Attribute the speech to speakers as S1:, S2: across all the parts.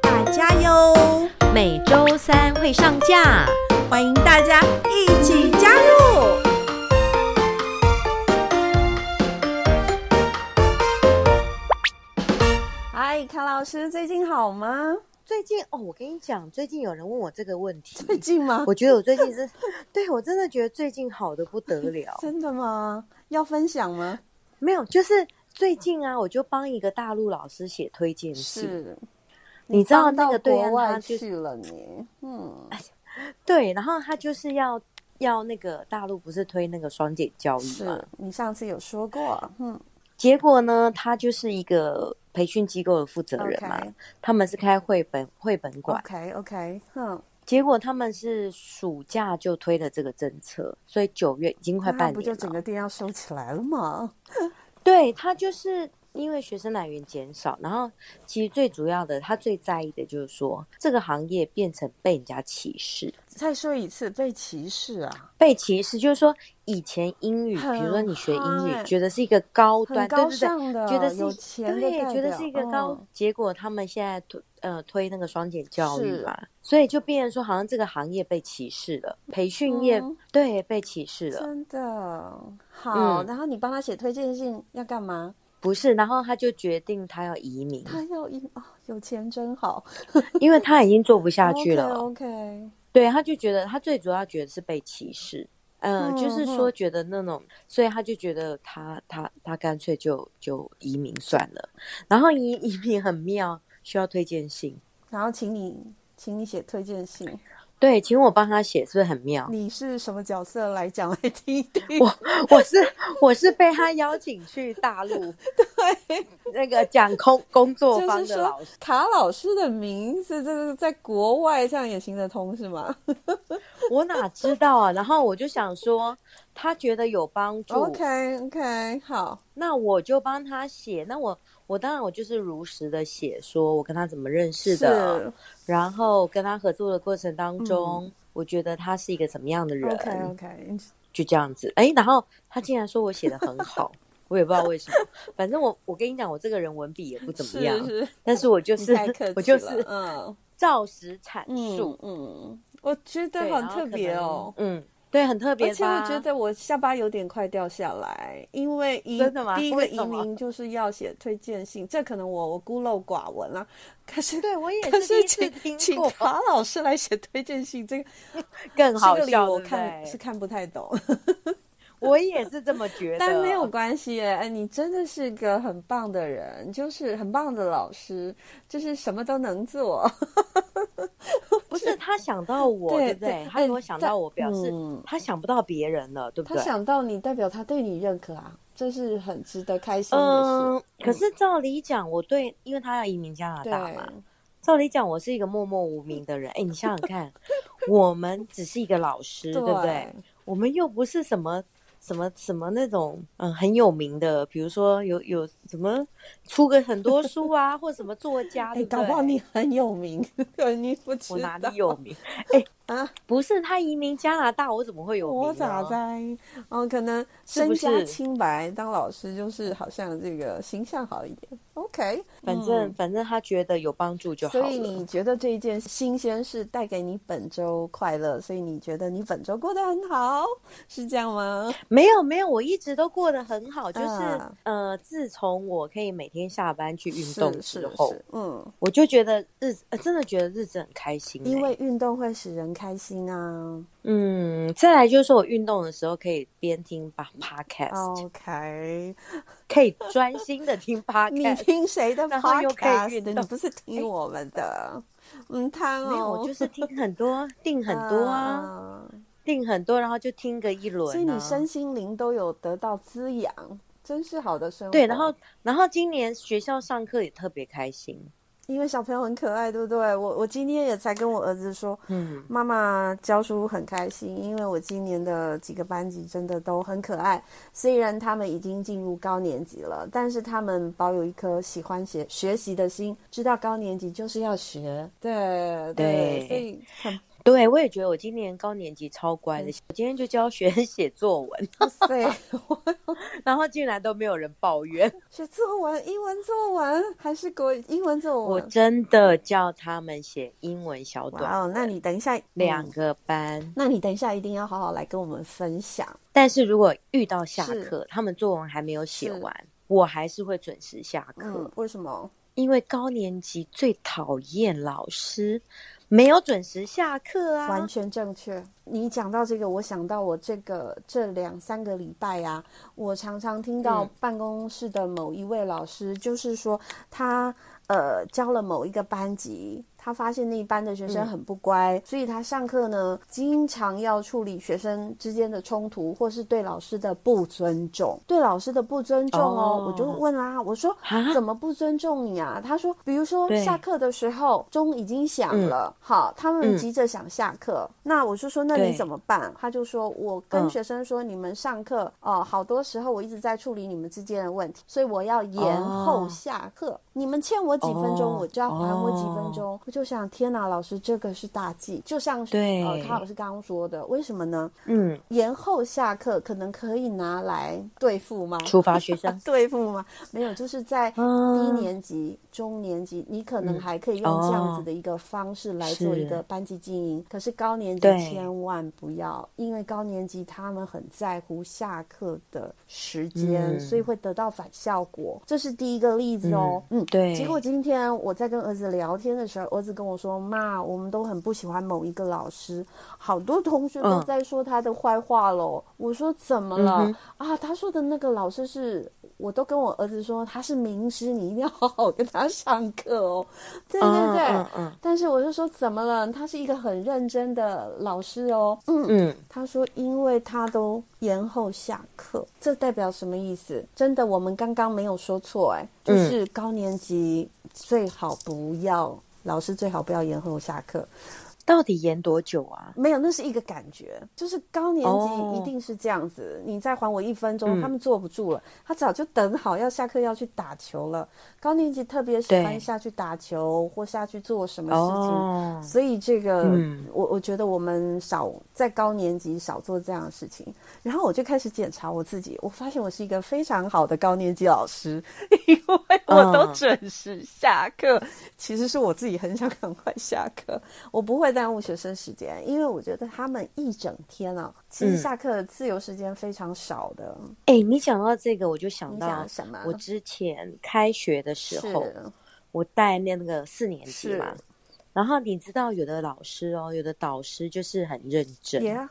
S1: 大家哟，
S2: 每周三会上架。
S1: 欢迎大家一起加入。嗨，康哎老师，最近好吗？
S3: 最近哦，我跟你讲，最近有人问我这个问题，
S1: 最近吗？
S3: 我觉得我最近是，对我真的觉得最近好的不得了。
S1: 真的吗？要分享吗？
S3: 没有，就是最近啊，我就帮一个大陆老师写推荐信，，你知道那个对岸他就
S4: 了呢。嗯，
S3: 对，然后他就是要要那个大陆不是推那个双减教育嘛，
S4: 你上次有说过，嗯
S3: 结果呢，他就是一个培训机构的负责人嘛，他们是开绘本绘本馆，
S4: ，OK OK，嗯，
S3: 结果他们是暑假就推了这个政策，所以九月已经快
S4: 那
S3: 半
S4: 啊不
S3: 年
S4: 就
S3: 了，
S4: 整个店要收起来了吗？
S3: 对他就是因为学生来源减少，然后其实最主要的，他最在意的就是说这个行业变成被人家歧视，
S4: 再说一次，被歧视啊，
S3: 被歧视就是说以前英语，比如说你学英
S4: 很
S3: 语，
S4: 嗨
S3: 觉得是一个高端，
S4: 很
S3: 对
S4: 高
S3: 对对，
S4: 尚的，
S3: 觉得是
S4: 有钱的
S3: 对，
S4: 代
S3: 觉得
S4: 表
S3: 是一个高，
S4: 嗯
S3: 结果他们现在推呃推那个双减教育
S4: 是
S3: 嘛，所以就变成说好像这个行业被歧视了，培训业、
S4: 嗯
S3: 对被歧视了，
S4: 真的好。
S3: 嗯
S4: 然后你帮他写推荐信要干嘛？
S3: 不是，然后他就决定他要移民，
S4: 他要一啊，有钱真好，
S3: 因为他已经做不下去了。哦
S4: OK，
S3: 对，他就觉得他最主要觉得是被歧视，嗯、
S4: 嗯
S3: 就是说觉得那种，所以他就觉得他他他干脆就就移民算了。然后移 移民很妙，需要推荐信，
S4: 然后请你，请你写推荐信。
S3: 对，请我帮他写，是不是很妙？
S4: 你是什么角色来讲来听一听？
S3: 我我是我是被他邀请去大陆
S4: 对，
S3: 那个讲工工作
S4: 就
S3: 坊
S4: 是
S3: 的
S4: 说
S3: 老师，
S4: 卡老师的名字，这是在国外这样也行得通是 吗
S3: 我哪知道啊？然后我就想说，他觉得有帮助
S4: 哦？OK OK，好，
S3: 那我就帮他写。那我我当然我就是如实的写，说我跟他怎么认识的，然后跟他合作的过程当中，我觉得他是嗯一个怎么样的人
S4: 嗯 OK OK，
S3: 就这样子。哎，然后他竟然说我写的很好，我也不知道为什么。反正我我跟你讲，我这个人文笔也不怎么样，
S4: 是是，
S3: 但是我就
S4: 你
S3: 是
S4: 太客气了，
S3: 我就是
S4: 嗯
S3: 照实阐述
S4: 嗯，嗯，我觉得
S3: 对
S4: 好
S3: 然后
S4: 特
S3: 可
S4: 别
S3: 能
S4: 哦。
S3: 嗯，对，很特别吧。
S4: 而且我觉得我下巴有点快掉下来，因为移
S3: 真的吗
S4: 第一个
S3: 为
S4: 移
S3: 什么
S4: 民就是要写推荐信，这可能我我孤陋寡闻了、 可是
S3: 对我也
S4: 可
S3: 是第
S4: 是
S3: 一次
S4: 请
S3: 听
S4: 请
S3: 过，
S4: 卡老师来写推荐信，这个
S3: 更好
S4: 这个理
S3: 笑，
S4: 我
S3: 对不
S4: 看
S3: 对
S4: 是看不太懂，
S3: 我也是这么觉得，
S4: 但没有关系耶。哎，你真的是个很棒的人，就是很棒的老师，就是什么都 能做。
S3: 不是他想到我，
S4: 对
S3: 对不对
S4: 对？
S3: 他如果想到我，表示
S4: 嗯
S3: 他想不到别人了，对不
S4: 他
S3: 对？
S4: 想到你，代表他对你认可啊，这是很值得开心的
S3: 嗯，可是照理讲，我对，因为他要移民加拿
S4: 事。
S3: 大
S4: 对，
S3: 嘛，照理讲，我是一个默默无名的人。哎，你想想看， 我们只是一个老师，对不对？我们又不是什么什么什么那种嗯很有名的，比如说有有什么出个很多书啊，或什么作家，
S4: 哎，
S3: 对
S4: 搞不好
S3: 对
S4: 你很有名，对你不知道
S3: 我哪里有名？
S4: 啊？
S3: 不是他移民加拿大，我怎么会有名呢？
S4: 我咋在？哦，可能
S3: 是
S4: 身
S3: 不
S4: 家
S3: 是
S4: 清白，当老师就是好像这个形象好一点。OK，
S3: 反
S4: 嗯
S3: 正、反正他觉得有帮助就好
S4: 所
S3: 了。
S4: 以你觉得这一件新鲜事带给你本周快乐，所以你觉得你本周过得很好，是这样吗？
S3: 没有没有，我一直都过得很好，就是、
S4: 啊
S3: 呃，自从我可以每天下班去运动
S4: 是
S3: 之
S4: 是
S3: 后，
S4: 是，嗯，
S3: 我就觉得日子、呃真的觉得日子很开心欸、
S4: 因为运动会使人开心啊。
S3: 嗯，再来就是我运动的时候可以边听吧
S4: 哦
S3: podcast，、
S4: OK，
S3: 可以专心的听
S4: 你
S3: podcast。
S4: 听谁的
S3: 然后又可以
S4: podcast？
S3: 运动哎
S4: 你不是听我们的？嗯，他哦，
S3: 没有，我就是听很多，订很多啊，
S4: 啊
S3: 订很多，然后就听个一轮、啊。
S4: 所以你身心灵都有得到滋养，真是好的生活。
S3: 对，然后然后今年学校上课也特别开心，
S4: 因为小朋友很可爱，对不对？我我今天也才跟我儿子说，
S3: 嗯，
S4: 妈妈教书很开心，因为我今年的几个班级真的都很可爱。虽然他们已经进入高年级了，但是他们保有一颗喜欢学学习的心，知道高年级就是要学。对
S3: 对
S4: 所以很
S3: 对我也觉得我今年高年级超乖
S4: 嗯
S3: 的，我 今天就教学生写作文，
S4: 哇塞，
S3: 然后竟然都没有人抱 怨，
S4: 写作文、英文作文还是国语英文作
S3: 我
S4: 文？
S3: 真的叫他们写英文小
S4: 哇
S3: 短，
S4: 哦，那你等一下
S3: 两
S4: 嗯
S3: 个班。
S4: 那你等一下一定要好好来跟我们分享。
S3: 但是如果遇到下
S4: 是
S3: 课，他们作文还没有写
S4: 是
S3: 完，我还是会准时下课，
S4: 嗯，为什么？
S3: 因为高年级最讨厌老师没有准时下课啊。
S4: 完全正确。你讲到这个，我想到我这个这两三个礼拜呀、我常常听到
S3: 嗯
S4: 办公室的某一位老师，就是说他呃教了某一个班级，他发现那一班的学生
S3: 嗯
S4: 很不乖，所以他上课呢经常要处理学生之间的冲突，或是对老师的不尊重，对老师的不尊重哦，
S3: 哦
S4: 我就问啦、我说
S3: 啊
S4: 怎么不尊重你啊？他说，比如说
S3: 对
S4: 下课的时候钟已经响
S3: 嗯
S4: 了，好，他
S3: 嗯
S4: 们急着想下课，那我就说那你
S3: 对
S4: 怎么办？他就说我跟
S3: 嗯
S4: 学生说，你们上课哦、好多时候我一直在处理你们之间的问题，所以我要延后
S3: 哦
S4: 下课，你们欠我几分钟，
S3: 哦
S4: 我就要还我几分钟。我就想，天哪，老师这个是大忌，就像
S3: 对
S4: 呃，卡老师刚刚说的，为什么呢？
S3: 嗯，
S4: 延后下课可能可以拿来对付吗？。
S3: 处罚学生
S4: 对付吗？没有，就是在低
S3: 嗯
S4: 年级、中年级，你可能
S3: 嗯
S4: 还可以用这样
S3: 哦
S4: 子的一个方式来做一
S3: 是
S4: 个班级经营。可是高年级
S3: 对
S4: 千万不要，因为高年级他们很在乎下课的时间，
S3: 嗯
S4: 所以会得到反效果。这是第一个例子哦。嗯，
S3: 对
S4: 结果今天我在跟儿子聊天的时候，儿子跟我说：“妈，我们都很不喜欢某一个老师，好多同学都
S3: 嗯
S4: 在说他的坏话喽。我说：“怎么了？”
S3: 嗯
S4: 啊，他说的那个老师是，我都跟我儿子说他是名师，你一定要好好跟他上课哦。对对对，
S3: 嗯嗯
S4: 但是我就说怎么了？他是一个很认真的老师哦。
S3: 嗯
S4: 嗯，
S3: 嗯，
S4: 他说因为他都延后下课，这代表什么意思？真的，我们刚刚没有说错，哎，就
S3: 嗯
S4: 是高年级最好不要，老师最好不要延后下课。
S3: 到底延多久啊？
S4: 没有，那是一个感觉，就是高年级
S3: 哦
S4: 一定是这样子。你再还我一分
S3: 嗯
S4: 钟，他们坐不住了，他早就等好要下课要去打球了。高年级特别喜欢
S3: 对
S4: 下去打球或下去做什么事情，
S3: 哦，
S4: 所以这个，
S3: 嗯
S4: 我我觉得我们少在高年级少做这样的事情。然后我就开始检查我自己，我发现我是一个非常好的高年级老师， 因为我都
S3: 嗯
S4: 准时下课。其实是我自己很想赶快下课，我不会耽误学生时间，因为我觉得他们一整天啊，其实
S3: 嗯
S4: 下课自由时间非常少的。
S3: 哎、你讲到这个，我就想
S4: 你
S3: 到
S4: 想什么？
S3: 我之前开学的时候，
S4: 是
S3: 我带那个四年级
S4: 是
S3: 嘛。然后你知道，有的老师哦，有的导师就是很认真，
S4: ，Yeah，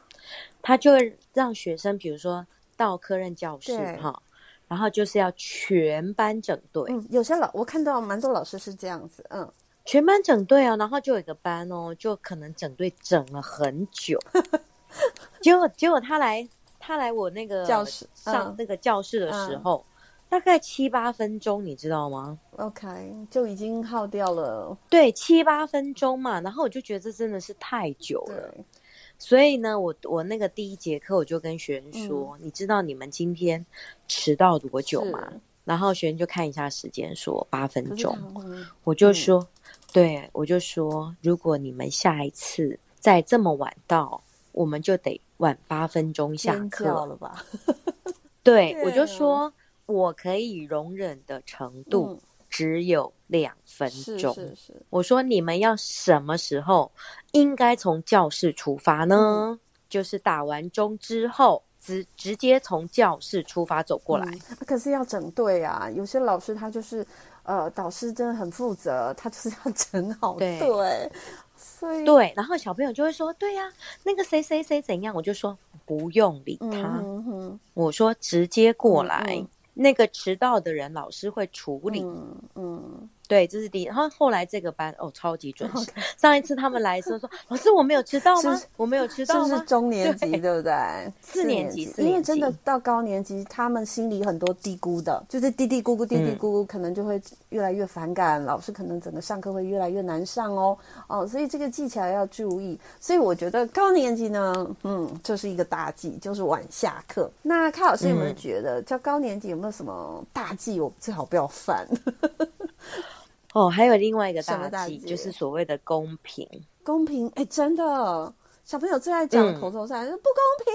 S3: 他就会让学生，比如说到科任教室
S4: 对
S3: 哈，然后就是要全班整队，
S4: 嗯，有些老我看到蛮多老师是这样子，嗯，
S3: 全班整队哦，然后就有一个班哦，就可能整队整了很 久，结果结果他来他来我那个
S4: 教室
S3: 上
S4: 嗯
S3: 那个教室的时
S4: 嗯
S3: 候，大概七八分钟，你知道吗？
S4: OK，就已经耗掉了。
S3: 对，七八分钟嘛，然后我就觉得这真的是太久了。
S4: 对，
S3: 所以呢，我我那个第一节课我就跟学
S4: 嗯
S3: 员说，你知道你们今天迟到多久吗
S4: 是？
S3: 然后学员就看一下时间，说八分
S4: 可是
S3: 钟。
S4: 他们
S3: 我就说，对我就说，如果你们下一次再这么晚到，我们就得晚八分钟下
S4: 尖叫
S3: 课。
S4: 了吧？
S3: 对
S4: 对
S3: 我就
S4: 啊
S3: 说，我可以容忍的程度只有两分
S4: 嗯、是
S3: 钟。
S4: 是是，
S3: 我说你们要什么时候应该从教室出发呢？
S4: 嗯
S3: 就是打完钟之后，直直接从教室出发走过来。
S4: 嗯可是要整队啊，有些老师他就是，呃，导师真的很负责，他就是要整好
S3: 对
S4: 队，所以
S3: 对，然后小朋友就会说：“对呀、那个谁谁谁怎样？”我就说不用理他，
S4: 嗯哼哼，
S3: 我说直接过来。
S4: 嗯嗯
S3: 那个迟到的人，老师会处理。
S4: 嗯嗯，
S3: 对，这是第一。然后后来这个班哦，超级准时。上一次他们来的时候说：“老师，我没有迟到
S4: 是
S3: 吗
S4: 不是？
S3: 我没有迟
S4: 是
S3: 到
S4: 不是
S3: 吗
S4: 中年级
S3: 对
S4: 对不对？
S3: 四年级四年级
S4: 因为真的到高年级，他们心里很多嘀咕的，就是嘀嘀
S3: 嗯
S4: 咕咕、嘀嘀咕咕，可能就会越来越反感，老师可能整个上课会越来越难上哦，哦，所以这个技巧要注意。所以我觉得高年级呢，嗯，这是一个大忌，就是晚下课。那开老师有没有
S3: 嗯
S4: 觉得，教高年级有没有什么大忌，我最好不要犯？？”
S3: 哦，还有另外一个
S4: 什么大
S3: 大忌，
S4: 忌
S3: 就是所谓的公平。
S4: 公平，哎，真的，小朋友最爱讲
S3: 嗯
S4: 口头禅，不公平，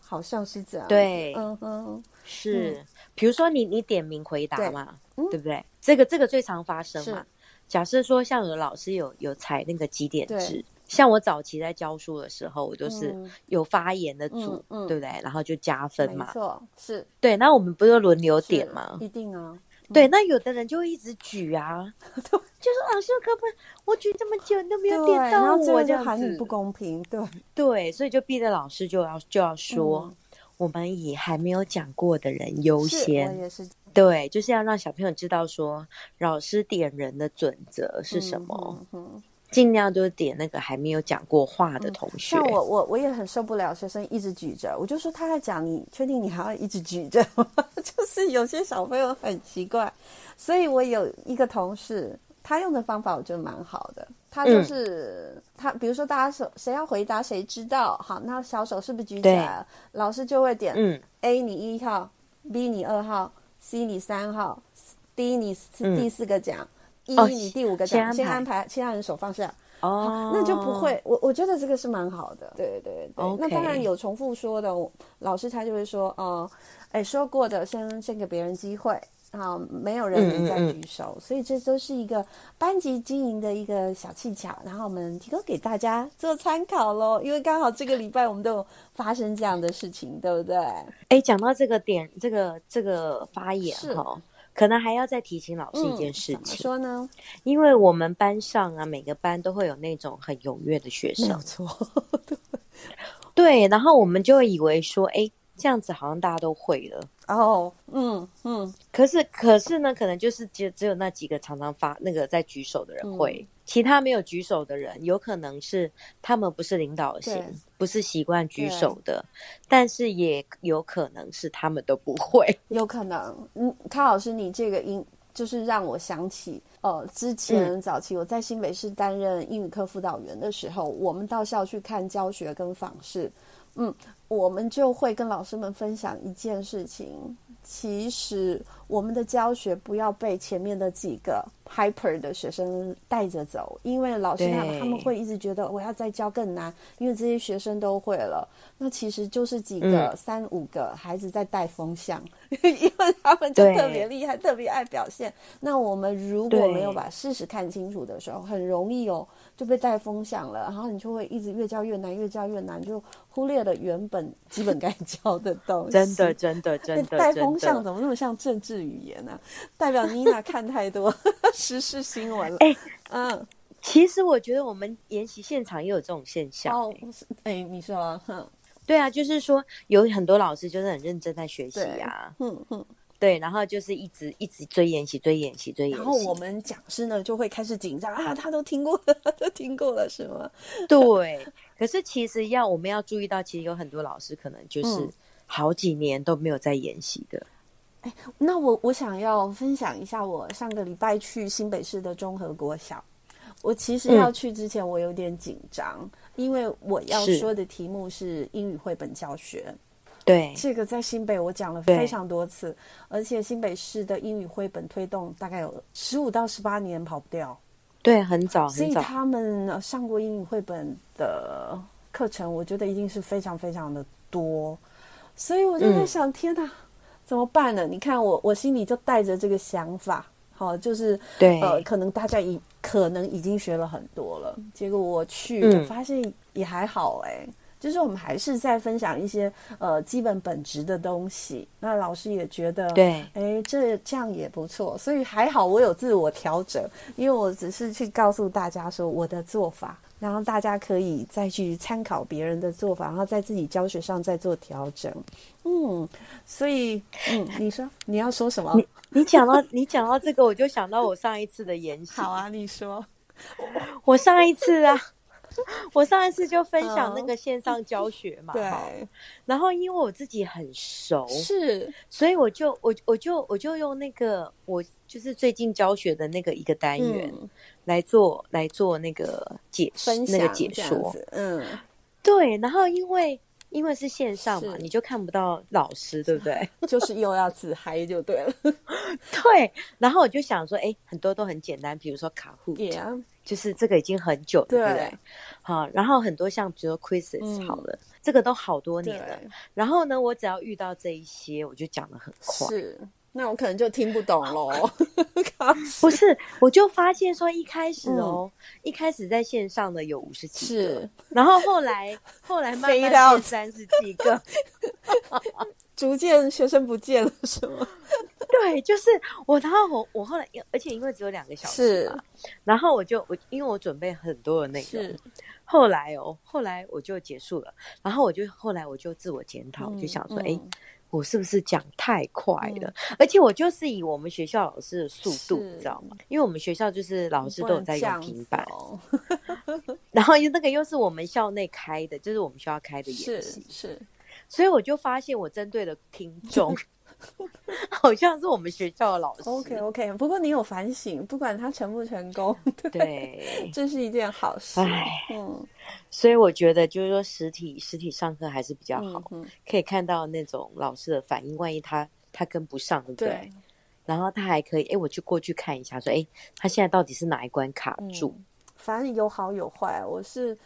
S4: 好像是这样子。
S3: 对
S4: 嗯哼。
S3: 是，比如说你你点名回答
S4: 对
S3: 嘛，
S4: 嗯
S3: 对不对？这个这个最常发生
S4: 是
S3: 嘛。假设说像有老师有有踩那个几点
S4: 对
S3: 制，像我早期在教书的时候，我就是
S4: 嗯
S3: 有发言的组，
S4: 嗯嗯
S3: 对不对？然后就加分
S4: 没
S3: 嘛。
S4: 错，是
S3: 对，那我们不是轮流
S4: 是
S3: 点吗？
S4: 一定啊，
S3: 对，那有的人就会一直举 啊，就说老师我根本我举这么久你都没有
S4: 对
S3: 点
S4: 然
S3: 到
S4: 后最后
S3: 我这
S4: 就
S3: 样
S4: 喊你
S3: 子
S4: 不，公平，对，
S3: 对，所以就逼着老师就要就要说，我们以还没有讲过的人优
S4: 嗯是
S3: 先
S4: 我。也是
S3: 对，就是要让小朋友知道说，老师点人的准则是什么，？
S4: 嗯嗯嗯
S3: 尽量就是点那个还没有讲过话的同学。
S4: 嗯像我我我也很受不了学生一直举着，我就说他在讲，你确定你还要一直举着吗？ 就是有些小朋友很奇怪，所以我有一个同事，他用的方法我觉得蛮好的，他就
S3: 嗯
S4: 是、他，比如说大家手谁要回答谁知道，好，那小手是不是举起来了？老师就会点，
S3: 嗯
S4: A 你一号，B 你二号，C 你三号，D 你四
S3: 嗯
S4: 第四个奖，E
S3: 哦
S4: 你第五个
S3: 先
S4: 奖，
S3: 安
S4: 先
S3: 排
S4: 安排，其他人手放下，
S3: 哦，
S4: 那就不会。我我觉得这个是蛮好的，对对对。
S3: OK
S4: 那当然有重复说的，我老师他就会说，哦，哎，说过的先先给别人机会。好，没有人
S3: 嗯
S4: 能再
S3: 嗯嗯
S4: 举手，所以这都是一个班级经营的一个小技巧，然后我们提供给大家做参考喽。因为刚好这个礼拜我们都有发生这样的事情，对不对？
S3: 哎，讲到这个点，这个这个发言
S4: 是
S3: 哈，可能还要再提醒老师一
S4: 嗯
S3: 件事
S4: 怎么
S3: 情，
S4: 说呢？
S3: 因为我们班上啊，每个班都会有那种很踊跃的学生，
S4: 错，
S3: 对，然后我们就会以为说，哎，这样子好像大家都会了。
S4: 哦，嗯嗯，
S3: 可是，可是呢，可能就是只只有那几个常常发那个在举手的
S4: 嗯
S3: 人会，其他没有举手的人，有可能是他们不是领导型
S4: 对，
S3: 不是习惯举手的，但是也有可能是他们都不 会。
S4: 有可能。嗯，康老师，你这个音就是让我想起，呃，之
S3: 嗯
S4: 前早期我在新北市担任英语课辅导员的时候，我们到校去看教学跟访视，嗯，我们就会跟老师们分享一件事情。其实我们的教学不要被前面的几个 hyper 的学生带着走，因为老师他
S3: 对
S4: 他们会一直觉得我要再教更难，因为这些学生都会了，那其实就是几个、
S3: 嗯
S4: 三五个孩子在带风向， 因为他们就
S3: 对
S4: 特别厉害，特别爱表现。那我们如果
S3: 对
S4: 没有把事实看清楚的时候，很容易哦就被带风向了，然后你就会一直越教越难，越教越难，就忽略了原本基本该教的东西。
S3: 真的，真的，真的，
S4: 带
S3: 真
S4: 风向
S3: 的。
S4: 怎么那么像政治语言呢、代表妮娜看太多 时事新闻了。
S3: 哎
S4: 嗯，
S3: 其实我觉得我们研习现场也有这种现象、欸
S4: 哦，是哎，你说啊，哼，
S3: 对啊，就是说有很多老师就是很认真在学习
S4: 对
S3: 啊，
S4: 嗯嗯。
S3: 对，然后就是一直一直追研习，追研习，追研习。
S4: 然后我们讲师呢就会开始紧张啊，他都听过了， 他都听过了，是吗？
S3: 对，可是其实要我们要注意到，其实有很多老师可能就是
S4: 嗯
S3: 好几年都没有在研习的。
S4: 那我我想要分享一下，我上个礼拜去新北市的中和国小。我其实
S3: 嗯
S4: 要去之前，我有点紧张，因为我要
S3: 是
S4: 说的题目是英语绘本教学。
S3: 对，
S4: 这个在新北我讲了
S3: 哎对
S4: 非常多次，而且新北市的英语绘本推动大概有十五到十八年跑不掉。
S3: 对，很早
S4: 所
S3: 很
S4: 以
S3: 早，
S4: 他们呃上过英语绘本的课程，我觉得一定是非常非常的多，所以我就在
S3: 嗯
S4: 想，天哪，怎么办呢？你看我，我心里就带着这个想法，好，就是
S3: 对
S4: 呃，可能大家已可能已经学了很多了，结果我去
S3: 嗯
S4: 我发现也还好哎、就是我们还是在分享一些呃基本本质的东西。那老师也觉得，
S3: 对
S4: 哎，这这样也不错，所以还好我有自我调整，因为我只是去告诉大家说我的做法，然后大家可以再去参考别人的做法，然后在自己教学上再做调整。嗯，所以嗯，你说你要说什么？
S3: 你讲到你讲到这个，我就想到我上一次的演习。
S4: 好啊，你说。
S3: 我上一次啊，我上一次就分享那个线上教学嘛，哈
S4: 嗯 对，
S3: 然后因为我自己很熟，
S4: 是
S3: 所以我就我我就我就用那个我就是最近教学的那个一个单元
S4: 嗯
S3: 来做、来做那个解释
S4: 分
S3: 那
S4: 享
S3: 个解
S4: 这样
S3: 说，
S4: 子嗯，
S3: 对，然后因为因为是线上嘛，
S4: 是
S3: 你就看不到老师，对不对？
S4: 就是又要自嗨就对 了
S3: 对，然后我就想说，哎，很多都很简单，比如说卡户，
S4: ，Yeah，
S3: 就是这个已经很久了，对不对
S4: 对？
S3: 好，然后很多像比如说 quizzes
S4: 嗯
S3: 好了，这个都好多年了。
S4: 对，
S3: 然后呢，我只要遇到这一些，我就讲的很快。
S4: 是，那我可能就听不懂喽。
S3: 不是，我就发现说一开始哦，一开始在线上的有五十几个
S4: 嗯是，
S3: 然后后来后来慢
S4: Fade
S3: 慢
S4: out
S3: 变三十几个。
S4: 逐渐学生不见了是吗？
S3: 对，就是我，然后我我后来，而且因为只有两个小时嘛，然后我就我因为我准备很多的内容，后来哦，后来我就结束了，然后我就后来我就自我检讨，我就想说，哎、
S4: 嗯
S3: 我是不是讲太快了？而且我就是以我们学校老师的速度，
S4: 是
S3: 你知道吗？因为我们学校就是老师都有在用平板，
S4: 哦，
S3: 然后又那个又是我们校内开的，就是我们学校开的
S4: 是
S3: 演习，
S4: 是，
S3: 所以我就发现我针对的听 众好像是我们学校的老师。
S4: OK OK，不过你有反省，不管他成不成 功， 对，
S3: 对，
S4: 这是一件好事。
S3: 唉
S4: 嗯，
S3: 所以我觉得就是说实体实体上课还是比较好
S4: 嗯，嗯，
S3: 可以看到那种老师的反应，万一他他跟不上，对不对？
S4: 对，
S3: 然后他还可以，哎，我去过去看一下，说，哎，他现在到底是哪一关卡
S4: 嗯
S3: 住？
S4: 反正有好有坏，我是。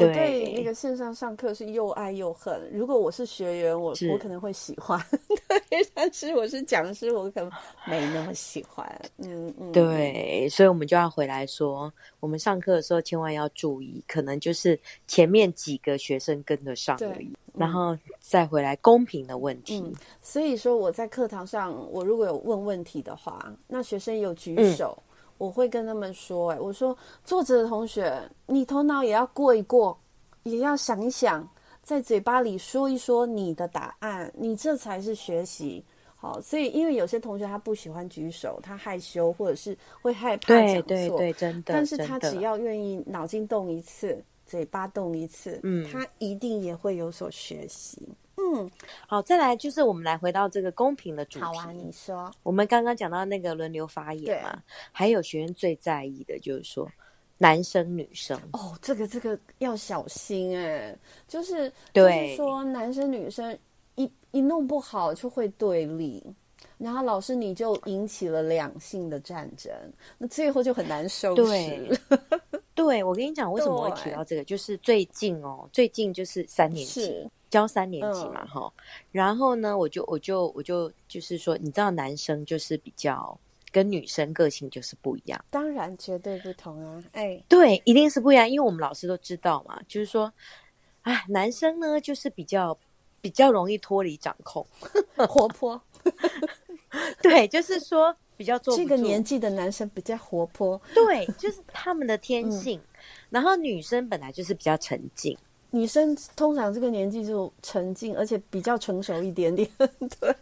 S4: 我
S3: 对
S4: 对那个线上上课是又爱又恨。如果我是学员，我
S3: 是
S4: 我可能会喜欢， 对；但是我是讲师，我可能没那么喜欢。嗯嗯，
S3: 对，所以我们就要回来说，我们上课的时候千万要注意，可能就是前面几个学生跟得上而已，然后再回来公平的问题。
S4: 嗯所以说我在课堂上，我如果有问问题的话，那学生有举手，
S3: 嗯
S4: 我会跟他们说、哎，我说坐着的同学，你头脑也要过一过，也要想一想，在嘴巴里说一说你的答案，你这才是学习。好，所以因为有些同学他不喜欢举手，他害羞或者是会害怕讲
S3: 对
S4: 错，
S3: 对对，真的。
S4: 但是他
S3: 真的
S4: 只要愿意脑筋动一次，嘴巴动一次，
S3: 嗯
S4: 他一定也会有所学习。
S3: 好，再来就是我们来回到这个公平的主题。
S4: 好啊，你说。
S3: 我们刚刚讲到那个轮流发言
S4: 对
S3: 嘛，还有学生最在意的就是说男生女生，
S4: 哦，这个这个要小心哎、就是就
S3: 对
S4: 是说男生女生一一弄不好就会对立，然后老师你就引起了两性的战争，那最后就很难收
S3: 对
S4: 拾。
S3: 对我跟你讲，为什么我会提
S4: 对
S3: 到这个，就是最近哦，最近就是嗯三年级
S4: 是，
S3: 教三年级嘛，哈、然后呢，我就我就我就就是说，你知道男生就是比较跟女生个性就是不一样，
S4: 当然绝对不同啊！ 哎，
S3: 对，一定是不一样，因为我们老师都知道嘛，就是说，哎，男生呢就是比较比较容易脱离掌控，
S4: 活泼，
S3: 对，就是说比较做不
S4: 这个
S3: 住
S4: 年纪的男生比较活泼。
S3: 对，就是他们的
S4: 嗯
S3: 天性。然后女生本来就是比较沉静，
S4: 女生通常这个年纪就沉静，而且比较成熟一点 点。对，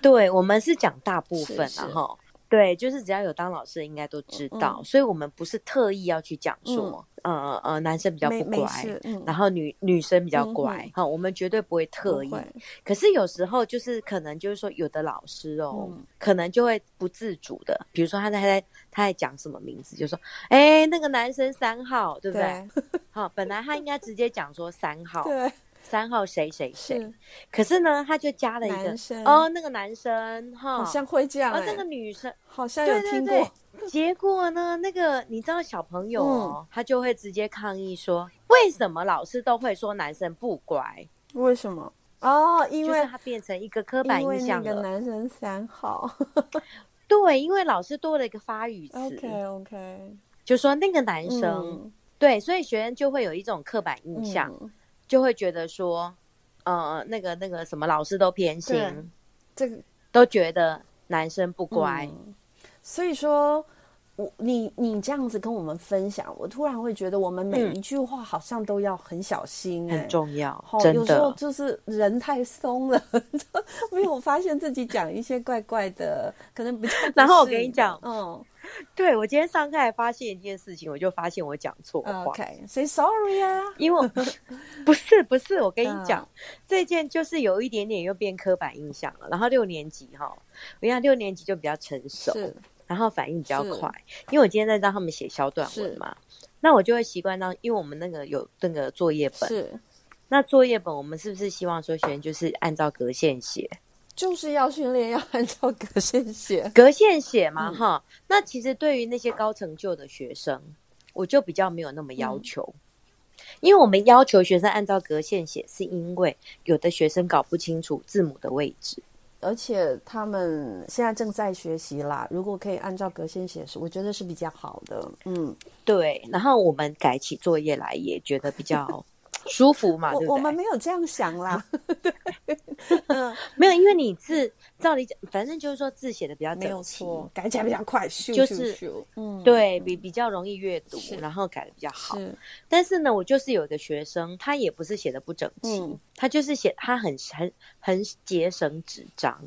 S3: 对我们是讲大部分
S4: 是嗯
S3: 然
S4: 是
S3: 后对，就是只要有当老师的应该都知道，所以我们不是特意要去讲说，呃呃，男生比较
S4: 嗯没
S3: 不
S4: 没
S3: 乖
S4: 事，，嗯，
S3: 然后女女生比较
S4: 嗯嗯
S3: 乖，哈、我们绝对不会
S4: 不
S3: 特意。
S4: 会
S3: 可是有时候就是可能就是说，有的老师哦，
S4: 嗯
S3: 可能就会不自主的，比如说他在他在他在讲什么名字，就说，哎，那个男生三号，对不啊对？
S4: 对
S3: 好，本来他应该直接讲说三号，
S4: 对
S3: 三号谁谁谁，
S4: 是。
S3: 可是呢，他就加了一个
S4: 男生
S3: 哦，那个男生哈，
S4: 好像会这样、
S3: 哦
S4: 欸，
S3: 那个女生，
S4: 好像有
S3: 对
S4: 听
S3: 对
S4: 过，
S3: 对，结果呢，那个你知道小朋
S4: 嗯
S3: 友哦，他就会直接抗议说，为什么老师都会说男生不乖？
S4: 为什么？哦，因
S3: 就是
S4: 为
S3: 他变成一个刻板
S4: 因
S3: 印
S4: 为那
S3: 象
S4: 个
S3: 了，
S4: 男生三号。
S3: 对，因为老师多了一个发语词，
S4: OK OK，
S3: 就说那个男生，
S4: 嗯
S3: 对，所以学生就会有一种刻板印象。
S4: 嗯
S3: 就会觉得说，呃，那个那个什么老师都偏
S4: 对
S3: 心，
S4: 这个
S3: 都觉得男生不乖。
S4: 嗯所以说，我你你这样子跟我们分享，我突然会觉得我们每一句话好像都要很小心、哎
S3: 很重要，
S4: 哦，
S3: 真
S4: 有时候
S3: 的。
S4: 就是人太松了， 没有发现自己讲一些怪怪的，可能比较不
S3: 然后我
S4: 适
S3: 跟你
S4: 应
S3: 讲
S4: 嗯
S3: 对我今天上课还发现一件事情，我就发现我讲错话。
S4: ，OK，say sorry 啊，
S3: 因为 我不是不是，我跟
S4: 嗯
S3: 你讲，这件就是有一点点又变刻板印象了。然后六年级哈，我想六年级就比较成熟，
S4: 是
S3: 然后反应比较
S4: 是
S3: 快。因为我今天在让他们写小短
S4: 是
S3: 文嘛，那我就会习惯到，因为我们那个有那个作业本，
S4: 是，
S3: 那作业本我们是不是希望说学员就是按照格线写？
S4: 就是要训练要按照格线写，
S3: 格线写嘛，
S4: 嗯
S3: 哈、那其实对于那些高成就的学生，我就比较没有那么要求，因为我们要求学生按照格线写，是因为有的学生搞不清楚字母的位置。
S4: 而且他们现在正在学习啦，如果可以按照格线写，是我觉得是比较好的，嗯。
S3: 对，然后我们改起作业来也觉得比 较舒服嘛，
S4: 我
S3: 对
S4: 我
S3: 不
S4: 们
S3: 对？
S4: 没有这样想啦，
S3: 没有，因为你字照理讲，反正就是说字写的比较
S4: 没有
S3: 整齐，
S4: 错，改起来比较快，咻
S3: 就
S4: 咻
S3: 是
S4: 咻，嗯，
S3: 对比比较容易阅读
S4: 是，
S3: 然后改的比较好。
S4: 是，
S3: 但是呢，我就是有一个学生，他也不是写的不整齐，
S4: 嗯
S3: 他就是写他很很很节省纸张。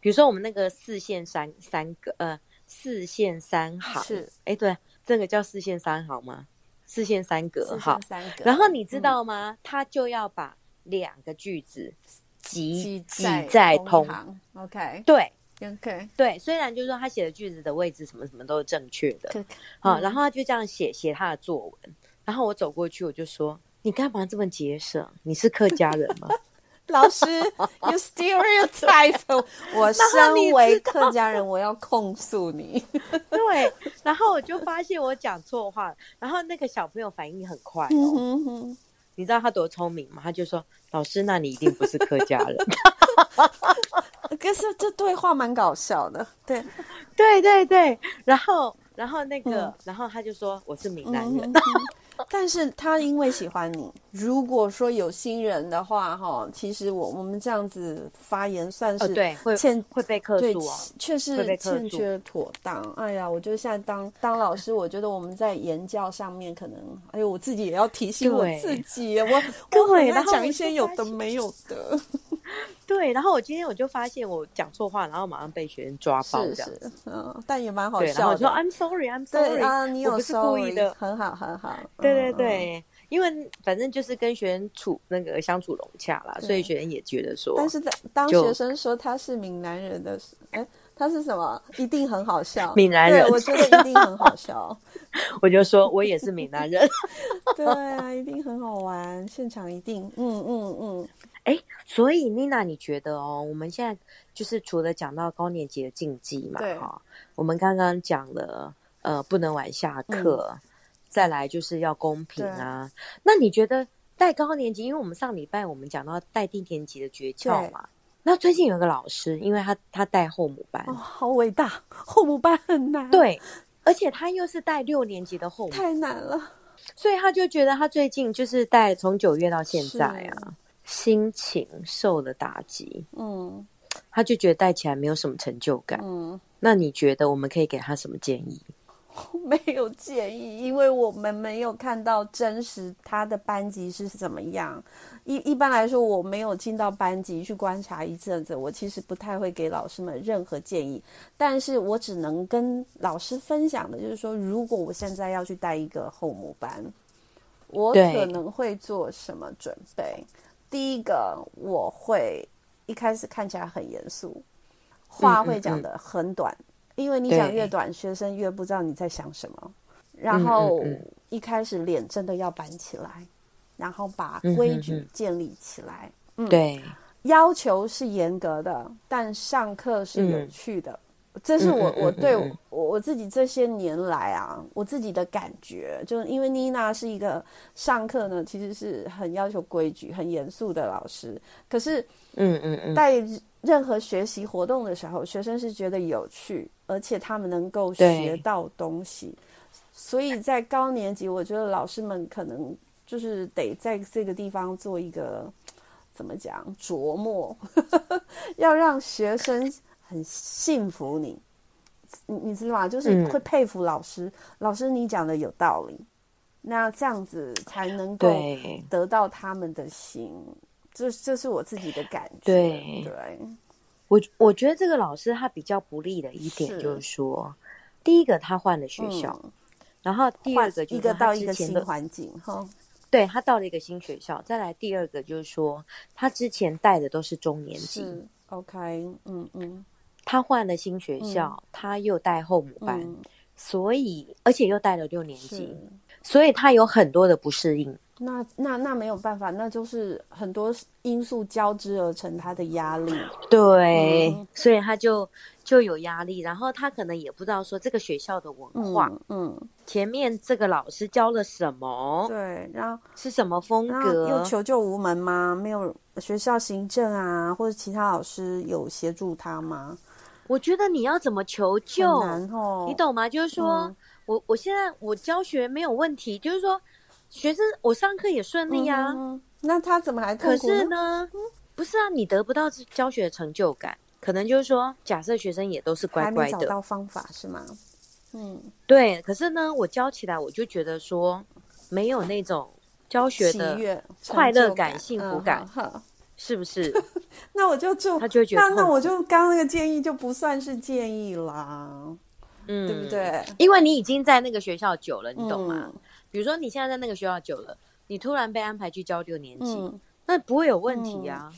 S3: 比如说我们那个四线三三个呃四线三行，
S4: 是
S3: 哎对，这个叫四线三行吗？四线三格
S4: 四
S3: 哈
S4: 上。三嗯个，
S3: 然后你知道吗？他就要把两个句子
S4: 挤
S3: 挤挤
S4: 在
S3: 在
S4: 同
S3: 同。
S4: 行，OK
S3: 对
S4: OK，
S3: 对，虽然就是说他写的句子的位置什么什么都是正确的，
S4: 可
S3: 好、然后他就这样写写他的作文，然后我走过去我就说：“你干嘛这么节省？你是客家人 吗
S4: 老师，you stereotype，我 身为客家人，我要控诉你，？”
S3: 对，然后我就发现我讲错话了，然后那个小朋友反应很快哦，
S4: 嗯哼
S3: 你知道他多聪明吗？他就说：“老师，那你一定不是客家 人。
S4: 可是这对话蛮搞笑的，对，”
S3: 对对对，然后然后那个、
S4: 嗯
S3: 然后他就说我是闽南人，
S4: 嗯哼 哼但是他因为喜欢你，如果说有新人的话，哈，其实我我们这样子发言算
S3: 哦
S4: 是
S3: 对，会
S4: 欠
S3: 会被客
S4: 对
S3: 诉哦，，
S4: 确
S3: 会
S4: 实
S3: 被克
S4: 欠
S3: 诉
S4: 缺妥当。哎呀，我觉得现在当当老师，我觉得我们在言教上面可能，哎呦，我自己也要提醒我
S3: 对
S4: 自己，我
S3: 对
S4: 我很爱
S3: 然后
S4: 讲
S3: 我
S4: 一
S3: 就
S4: 些有
S3: 发
S4: 的
S3: 现
S4: 没有的，
S3: 对。然后我今天我就发现我讲错话，然后马上被学生抓包
S4: 是
S3: 这样子。
S4: 是，嗯，但也蛮好
S3: 对，然后
S4: 笑
S3: 我说
S4: 的。
S3: I'm sorry, I'm
S4: 对
S3: sorry，
S4: 啊，你
S3: 我
S4: 有
S3: 不是故意
S4: sorry，
S3: 的，
S4: 很好很好。
S3: 对对
S4: 嗯，嗯
S3: 对，因为反正就是跟学员处那个相处融洽啦，
S4: 对
S3: 所以学员也觉得说，
S4: 但是当当
S3: 就
S4: 学生说他是闽南人的时候，哎，他是什么？一定很好笑。
S3: 闽南
S4: 对
S3: 人
S4: 我觉得一定很 好笑。
S3: 我就说我也是闽南人，
S4: 对啊，一定很好玩，现场一定，嗯嗯嗯，
S3: 哎，所以妮娜，你觉得哦，我们现在就是除了讲到高年级的禁忌嘛
S4: 对，
S3: 哈，我们刚刚讲了呃不能晚下课，
S4: 嗯
S3: 再来就是要公平啊，那你觉得？带高年级，因为我们上礼拜我们讲到带低年级的诀
S4: 对
S3: 窍嘛。那最近有一个老师，因为他他带后母班，
S4: 哦，好伟大，后母班很难，，
S3: 对，而且他又是带六年级的后母，
S4: 太难了。
S3: 所以他就觉得他最近就是带从九月到现在啊，心情受了打击，
S4: 嗯
S3: 他就觉得带起来没有什么成就感。
S4: 嗯，
S3: 那你觉得我们可以给他什么建议？
S4: 没有建议，因为我们没有看到真实他的班级是怎么样。一一般来说，我没有进到班级去观察一阵子，我其实不太会给老师们任何建议。但是我只能跟老师分享的就是说，如果我现在要去带一个后母班，我
S3: 对
S4: 可能会做什么准备？第一个，我会一开始看起来很严肃，话
S3: 嗯
S4: 会讲
S3: 嗯
S4: 的很短，因为你讲
S3: 对
S4: 越短，学生越不知道你在想什么。然后
S3: 嗯嗯
S4: 一开始脸真的要板起来，然后把
S3: 嗯
S4: 规
S3: 嗯
S4: 矩
S3: 嗯
S4: 建立起来。
S3: 对，
S4: 要求是严格的，但上课是有
S3: 嗯
S4: 趣的。这是我
S3: 嗯嗯
S4: 我
S3: 嗯
S4: 对
S3: 嗯嗯
S4: 我我自己这些年来啊，我自己的感觉，就是因为妮娜是一个上课呢，其实是很要求规矩、很严肃的老师，可是
S3: 嗯嗯嗯，
S4: 在任何学习活动的时候，学生是觉得有趣，而且他们能够
S3: 对
S4: 学到东西。所以在高年级，我觉得老师们可能就是得在这个地方做一个怎么讲琢磨， 要让学生很信服你，你你知道吗？就是
S3: 嗯
S4: 会佩服老师，老师你讲的有道理，那这样子才能够
S3: 对
S4: 得到他们的心。这这是我自己的感觉，
S3: 对
S4: 对，
S3: 我我觉得这个老师他比较不利的一点
S4: 是
S3: 就是说，第一个他换了学校，
S4: 嗯
S3: 然后第
S4: 换
S3: 二个就
S4: 一
S3: 是
S4: 个
S3: 他
S4: 到一
S3: 之
S4: 个
S3: 前
S4: 新
S3: 的
S4: 环境哈，
S3: 对他到了一个新学校，再来第二个就是说，他之前带的都是中年级，
S4: 是 OK，嗯嗯，
S3: 他换了新学校，他又带后母班，
S4: 嗯
S3: 所以而且又带了六年级
S4: 是，。
S3: 所以他有很多的不适应。
S4: 那那那没有办法，那就是很多因素交织而成他的压力。
S3: 对，
S4: 嗯
S3: 所以他就就有压力，然后他可能也不知道说这个学校的文化，
S4: 嗯嗯，
S3: 前面这个老师教了什么，
S4: 对，然后
S3: 是什么风
S4: 然后又
S3: 格，
S4: 求救无门吗？没有学校行政啊，或者其他老师有协助他吗？
S3: 我觉得你要怎么求救，
S4: 很难哦，
S3: 你懂吗？就是说、
S4: 嗯
S3: 我我现在我教学没有问题，就是说学生我上课也顺利啊，
S4: 嗯哼那他怎么还
S3: 可
S4: 痛苦嗯
S3: 是？呢，不是啊，你得不到教学的成就感。可能就是说，假设学生也都是乖
S4: 还
S3: 乖
S4: 没找
S3: 的，
S4: 到方法是吗？嗯，
S3: 对，可是呢，我教起来我就觉得说，没有那种教学
S4: 喜
S3: 的，
S4: 悦、
S3: 快乐
S4: 成就
S3: 感幸福感
S4: 嗯好好
S3: 是不 是？
S4: 那我就就
S3: 他就会觉得
S4: 那那
S3: 痛苦
S4: 我就刚刚那个建议就不算是建议啦，
S3: 嗯，
S4: 对不？对？
S3: 因为你已经在那个学校久了，你懂吗？
S4: 嗯？
S3: 比如说你现在在那个学校久了，你突然被安排去教六年级，
S4: 嗯
S3: 那不会有问题啊，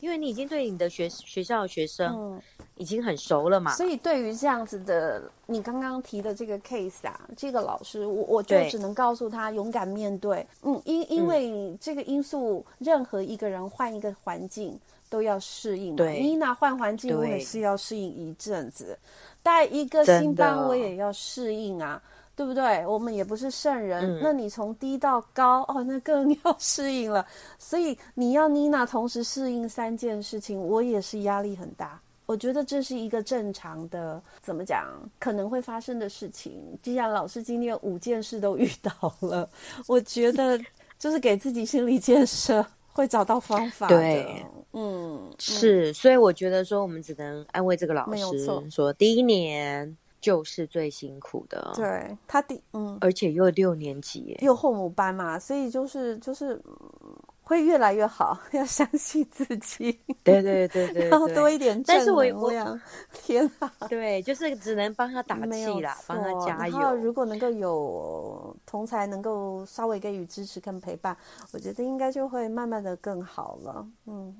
S3: 因为你已经对你的学学校的学生
S4: 嗯，
S3: 已经很熟了嘛。
S4: 所以对于这样子的，你刚刚提的这个 case 啊，这个老师，我我就
S3: 对
S4: 只能告诉他勇敢面对。嗯，因因为这个因素，任何一个人换一个环境都要适应嘛。
S3: 对
S4: 妮娜换环境，我也
S3: 对
S4: 是要适应一阵子，带一个
S3: 真的
S4: 新班我也要适应啊。对不对？我们也不是圣人，
S3: 嗯
S4: 那你从低到高，哦，那更要适应了。所以你要妮娜同时适应三件事情，我也是压力很大。我觉得这是一个正常的，怎么讲可能会发生的事情。既然老师今天五件事都遇到了，我觉 得就是给自己心理建设，会找到方法的。
S3: 对，
S4: 嗯，
S3: 是，所以我觉得说，我们只能安慰这个老
S4: 没有错
S3: 师，说第一年就是最辛苦的，，
S4: 对他第嗯
S3: 而且又六年级耶，
S4: 有后母班嘛，所以就是就是嗯会越来越好， 要相信自己，
S3: 对对对 对
S4: 然后
S3: 对
S4: 多一点
S3: 但是
S4: 正
S3: 我
S4: 能
S3: 我
S4: 量。 天啊！
S3: 对，就是只能帮他打
S4: 没
S3: 气
S4: 有
S3: 啦，帮他
S4: 错
S3: 加
S4: 然后如
S3: 油。
S4: 果能够有同才能够稍微给予支持跟陪伴，我觉得应该就会慢慢的更好了。嗯，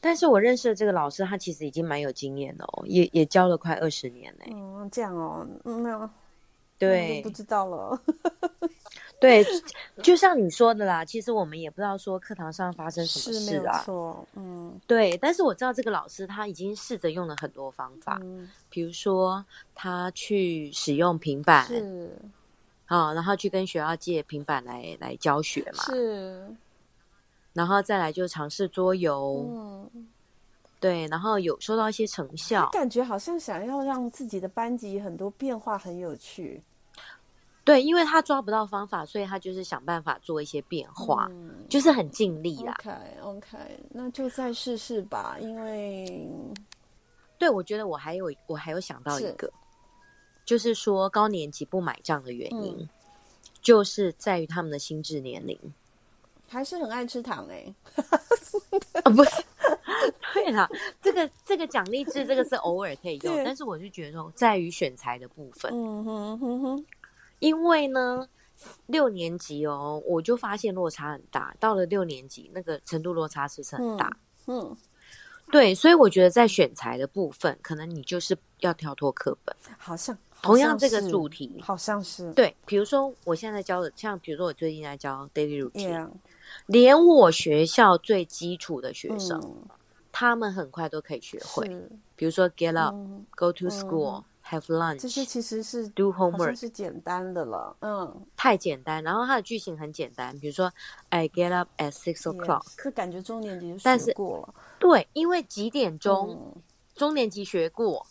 S3: 但是我认识的这个老师，他其实已经蛮有经验了哦，也也教了快二十年嘞、
S4: 嗯，这样哦，嗯那我
S3: 对
S4: 就不知道了。
S3: 对，就像你说的啦，其实我们也不知道说课堂上发 生什
S4: 是
S3: 么
S4: 没有
S3: 事啊。
S4: 错，嗯
S3: 对，但是我知道这个老师他已经试着用了很多方法，
S4: 嗯，
S3: 比如说他去使用平板
S4: 是
S3: 啊、然后去跟学校借平板来来教学嘛，
S4: 是，
S3: 然后再来就尝试桌游，
S4: 嗯，
S3: 对，然后有收到一些成效。
S4: 感觉好像想要让自己的班级很多变化，很有趣。
S3: 对，因为他抓不到方法，所以他就是想办法做一些变化，
S4: 嗯
S3: 就是很尽力啦。
S4: OK OK，那就再试试吧，因为
S3: 对，我觉得我还有我还有想到一
S4: 是
S3: 个，就是说高年级不买账的原因，
S4: 嗯
S3: 就是在于他们的心智年龄
S4: 还是很爱吃糖哎、
S3: 啊，不是。对啦，这个这个奖励制这个是偶尔可以用
S4: 对，
S3: 但是我就觉得说在于选材的部分，
S4: 嗯哼哼哼。
S3: 因为呢。六年级哦，我就发现落差很大。到了六年级，那个程度落差是不是很大？
S4: 嗯，
S3: 对，所以我觉得在选材的部分，可能你就是要跳脱课本。
S4: 好像
S3: 同样这个主，题，
S4: 好像是
S3: 对，比如说我现在教的，像比如说我最近在教 daily routine，、
S4: ，Yeah，
S3: 连我学校最基础的学生，
S4: 嗯
S3: 他们很快都可以学会。
S4: 是
S3: 比如说 get up、
S4: 嗯，
S3: go to school、have
S4: 这
S3: lunch，
S4: 些其实是
S3: Do
S4: 好像
S3: homework
S4: 是简单的了，嗯
S3: 太简单。然后它的句型很简单，比如说 I get up at six o'clock。
S4: yes，这感觉中年级就
S3: 但
S4: 学
S3: 是
S4: 过了，
S3: 对，因为几点钟、
S4: 嗯
S3: 中年级学过，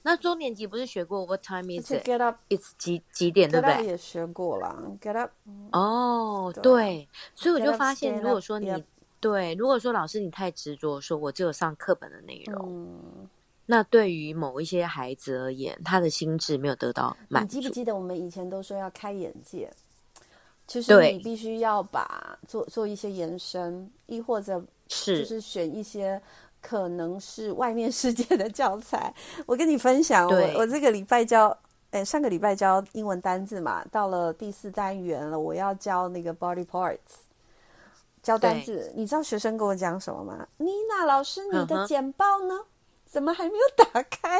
S3: 那中年级不是学过 What time
S4: 而
S3: is
S4: 且
S3: it？
S4: get up
S3: It's 几几点，对
S4: get
S3: 不
S4: up
S3: 对？
S4: 也学过啦 get up
S3: 哦，
S4: 对
S3: 对，所以我
S4: Get
S3: 就
S4: up,
S3: 发现，
S4: stand
S3: 如果
S4: up,
S3: 说你
S4: yep
S3: 对，如果说老师你太执着，说我只有上课本的内容，
S4: 嗯，
S3: 那对于某一些孩子而言，他的心智没有得到
S4: 你
S3: 满
S4: 记
S3: 足
S4: 不。记得我们以前都说要开眼界？就是
S3: 对，
S4: 你必须要把做做一些延伸，亦或者就是是选一些可能是外面世界的教材。我跟你分享，
S3: 对
S4: 我我这个礼拜教，哎，上个礼拜教英文单字嘛，到了第四单元了，我要教那个 body parts，教单
S3: 对
S4: 字。你知道学生跟我讲什么吗？妮娜老师，你
S3: 嗯
S4: 的
S3: 哼
S4: 简报呢？怎么还没有打开？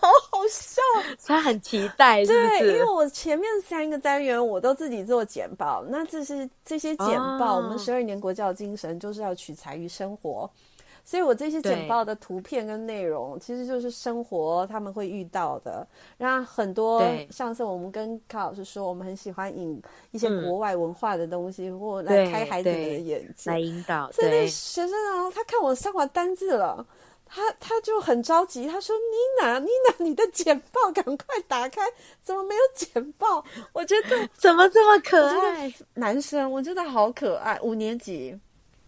S4: 好好笑哦
S3: 他很期待，是不
S4: 对，因
S3: 是
S4: 为？我前面三个单元我都自己做简报，那这是这些简报，
S3: 哦
S4: 我们十二年国教精神就是要取材于生活，所以我这些
S3: 对
S4: 简报的图片跟内容其实就是生活他们会遇到的。那很多
S3: 对
S4: 上次我们跟卡老师说，我们很喜欢引一些
S3: 嗯
S4: 国外文化的东西，或来
S3: 对
S4: 开孩子们的
S3: 对
S4: 眼界
S3: 来。引导，
S4: 所以那
S3: 对
S4: 个，学生啊，他看我上完单字了，他他就很着急，他说：“妮娜，妮娜，你的简报赶快打开，怎么没有简报？”我觉得
S3: 怎么这么可
S4: 我觉得
S3: 爱？
S4: 男生，我觉得好可爱，五年级。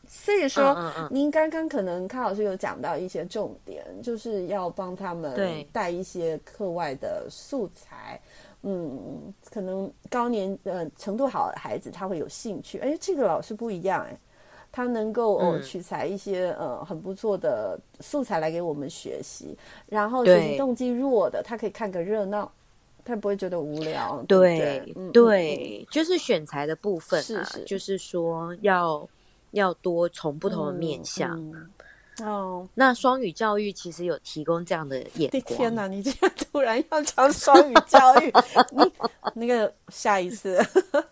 S4: 所以说，
S3: 嗯嗯嗯
S4: 您刚刚可能康老师有讲到一些重点，就是要帮他们
S3: 对
S4: 带一些课外的素材。嗯，可能高年呃程度好的孩子他会有兴趣，哎，这个老师不一样哎，他能够呃
S3: 嗯
S4: 取材一些呃很不错的素材来给我们学习，然后
S3: 对
S4: 学习动机弱的，他可以看个热闹，他不会觉得无聊，对不
S3: 对
S4: 嗯嗯
S3: 对，就是选材的部分
S4: 是
S3: 啊
S4: 是，
S3: 就是说要要多从不
S4: 不
S3: 同的面
S4: 嗯
S3: 向。
S4: 哦。
S3: 那双语教育其实有提供这样的眼
S4: 的天
S3: 光，
S4: 哪！你竟然突然要讲双语教 育，你那个下一次，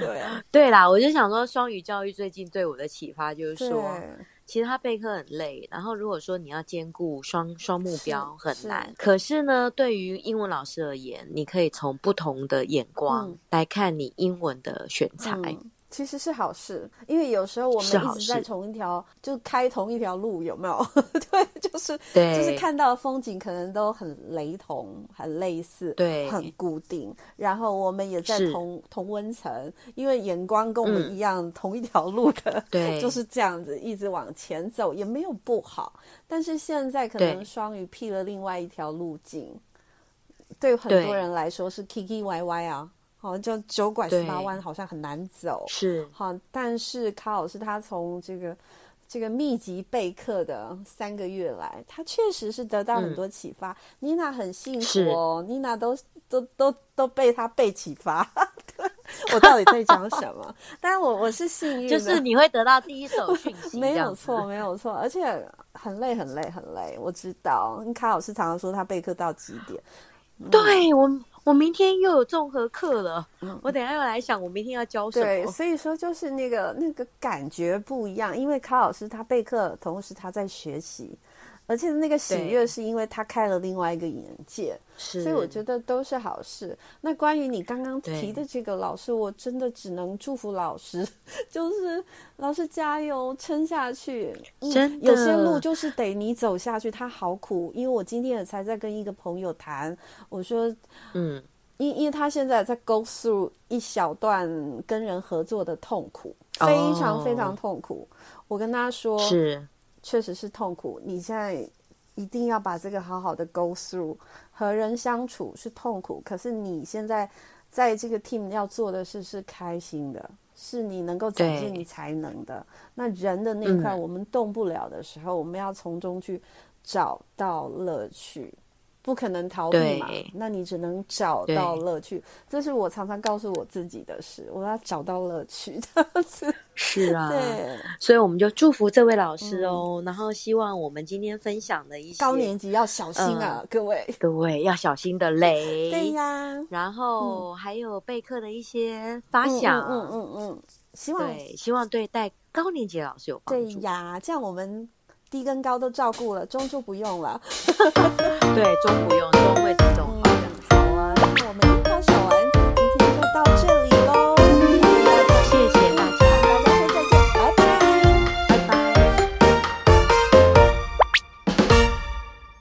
S4: 对啊，
S3: 对啦，我就想说，双语教育最近对我的启发就是
S4: 对，
S3: 说，其实他备课很累，然后如果说你要兼顾双双目标
S4: 是
S3: 很
S4: 是
S3: 难。可是呢，对于英文老师而言，你可以从不同的眼光
S4: 嗯
S3: 来看你英文的选材。
S4: 嗯其实是好事，因为有时候我
S3: 是
S4: 们
S3: 好
S4: 一直在
S3: 事
S4: 同一条，就开同一条路，有没有？ 对，就是
S3: 对，
S4: 就是看到的风景可能都很雷同、很类似、
S3: 对
S4: 很固定，然后我们也在
S3: 是
S4: 同同温层，因为眼光跟我们
S3: 嗯
S4: 一样，同一条路的，
S3: 对
S4: 就是这样子一直往前走，也没有不好。但是现在可能
S3: 对
S4: 双鱼辟了另外一条路径，对很
S3: 对
S4: 多人来说是 K K Y Y 啊，好像就九拐十
S3: 对
S4: 八弯，好像很难走。
S3: 是
S4: 好，但是卡老师他从这个这个密集备课的三个月来，他确实是得到很
S3: 嗯
S4: 多启发。妮娜很幸福
S3: 是
S4: 哦，妮娜都都都都被他被启发。 我到底在讲什么？ 但我我是幸运的，
S3: 就是你会得到第一手讯息，
S4: 没
S3: 这
S4: 有
S3: 样子
S4: 错，没有错，而且很累，很累，很累。我知道，卡老师常常说他备课到几点，
S3: 对我，我明天又有综合课了，
S4: 嗯
S3: 我等一下要来想我明天要教什
S4: 对，
S3: 么。
S4: 所以说就是那个那个感觉不一样，因为卡老师他备课，同时他在学习，而且那个喜
S3: 对
S4: 悦是因为他开了另外一个眼界，
S3: 是，
S4: 所以我觉得都是好事。那关于你刚刚
S3: 对
S4: 提的这个老师，我真的只能祝福老师， 就是老师加油，撑下去。嗯
S3: 真的
S4: 有些路就是得你走下去，他好苦。因为我今天也才在跟一个朋友谈，我说
S3: 嗯，
S4: 因因为他现在在 go through 一小段跟人合作的痛苦，
S3: 哦
S4: 非常非常痛苦。我跟他说，
S3: 是
S4: 确实是痛苦。你现在一定要把这个好好的 go through，和人相处是痛苦，可是你现在在这个 team 要做的事是开心的，是你能够展现
S3: 对
S4: 你才能的。那人的那一块
S3: 嗯
S4: 我们动不了的时候，我们要从中去找到乐趣。不可能逃避嘛
S3: 对，
S4: 那你只能找
S3: 对
S4: 到乐趣。这是我常常告诉我自己的事，我要找到乐趣。这样子，
S3: 是啊，
S4: 对，嗯
S3: 所以我们就祝福这位老师哦，然后希望我们今天分享的一些
S4: 高年级要小心啊，
S3: 嗯
S4: 各位。
S3: 各位要小心的雷，
S4: 对呀，
S3: 然后还有备课的一些发
S4: 嗯
S3: 想，
S4: 嗯嗯嗯嗯，希望
S3: 对，希望对带高年级的老师有帮
S4: 对
S3: 助，
S4: 呀，这样我们低跟高都照顾了，中就不用了。
S3: 对，中不用中会自动
S4: 嗯
S3: 好。，
S4: 好啊，那我们